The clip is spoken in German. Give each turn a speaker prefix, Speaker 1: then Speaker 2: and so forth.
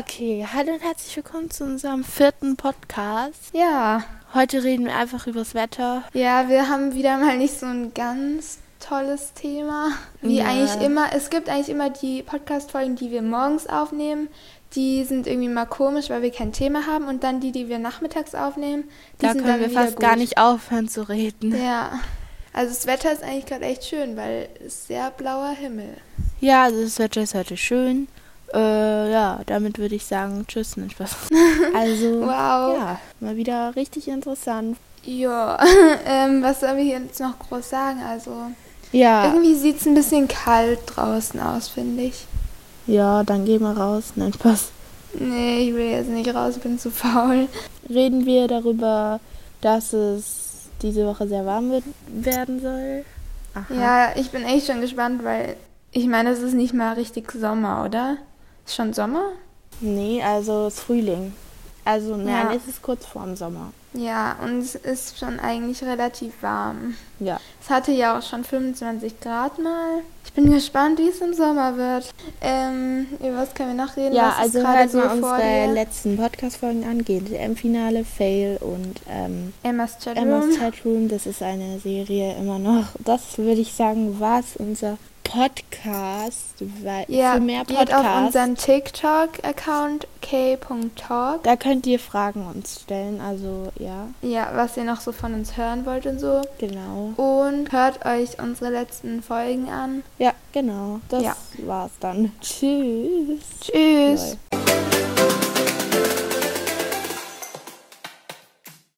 Speaker 1: Okay, hallo und herzlich willkommen zu unserem vierten Podcast.
Speaker 2: Ja,
Speaker 1: Heute reden wir einfach übers Wetter.
Speaker 2: ja, wir haben wieder mal nicht so ein ganz tolles Thema. Wie
Speaker 1: Ja.
Speaker 2: eigentlich immer, es gibt eigentlich immer die Podcast-Folgen, die wir morgens aufnehmen. Die sind irgendwie mal komisch, weil wir kein Thema haben. Und dann die, die wir nachmittags aufnehmen, die
Speaker 1: Da
Speaker 2: sind
Speaker 1: können
Speaker 2: dann
Speaker 1: wir
Speaker 2: wieder
Speaker 1: fast
Speaker 2: gut.
Speaker 1: gar nicht aufhören zu reden.
Speaker 2: Ja. Also das Wetter ist eigentlich gerade echt schön, weil es ist sehr blauer Himmel.
Speaker 1: Ja, also das Wetter ist heute schön. Äh, ja, damit würde ich sagen, tschüss, nein, Spaß. Also,
Speaker 2: Wow.
Speaker 1: ja, mal wieder richtig interessant.
Speaker 2: Ja. ähm, was sollen wir hier jetzt noch groß sagen? Also
Speaker 1: Ja,
Speaker 2: irgendwie sieht es ein bisschen kalt draußen aus, finde ich.
Speaker 1: ja, dann gehen wir raus, nein, Spaß.
Speaker 2: Nee, ich will jetzt nicht raus, bin zu faul.
Speaker 1: Reden wir darüber, dass es diese Woche sehr warm wird, werden soll. Aha.
Speaker 2: Ja, ich bin echt schon gespannt, weil ich meine, es ist nicht mal richtig Sommer, oder? Ist schon Sommer?
Speaker 1: Nee, also es ist Frühling. Also, nein,
Speaker 2: Ja.
Speaker 1: es ist kurz vorm Sommer.
Speaker 2: Ja, und es ist schon eigentlich relativ warm.
Speaker 1: Ja.
Speaker 2: Es hatte ja auch schon 25 Grad mal. Ich bin gespannt, wie es im Sommer wird. Ähm, über was können wir noch reden?
Speaker 1: Ja,
Speaker 2: was
Speaker 1: also
Speaker 2: ist gerade
Speaker 1: hört
Speaker 2: so
Speaker 1: mal
Speaker 2: vor
Speaker 1: unsere
Speaker 2: dir?
Speaker 1: letzten Podcast-Folgen an, GNTM-Finale, Fail und ähm,
Speaker 2: Emma's Chatroom.
Speaker 1: Emma's Chatroom. Das ist eine Serie immer noch. Das würde ich sagen, war es unser Podcast. Weil
Speaker 2: ja,
Speaker 1: für mehr
Speaker 2: geht auf
Speaker 1: Podcasts,
Speaker 2: unseren TikTok-Account k.talk.
Speaker 1: da könnt ihr Fragen uns stellen. Also ja,
Speaker 2: Ja, was ihr noch so von uns hören wollt und so.
Speaker 1: genau.
Speaker 2: Und hört euch unsere letzten Folgen an.
Speaker 1: Ja, genau. Das
Speaker 2: Ja.
Speaker 1: war's dann. Tschüss.
Speaker 2: Tschüss.
Speaker 1: Lol.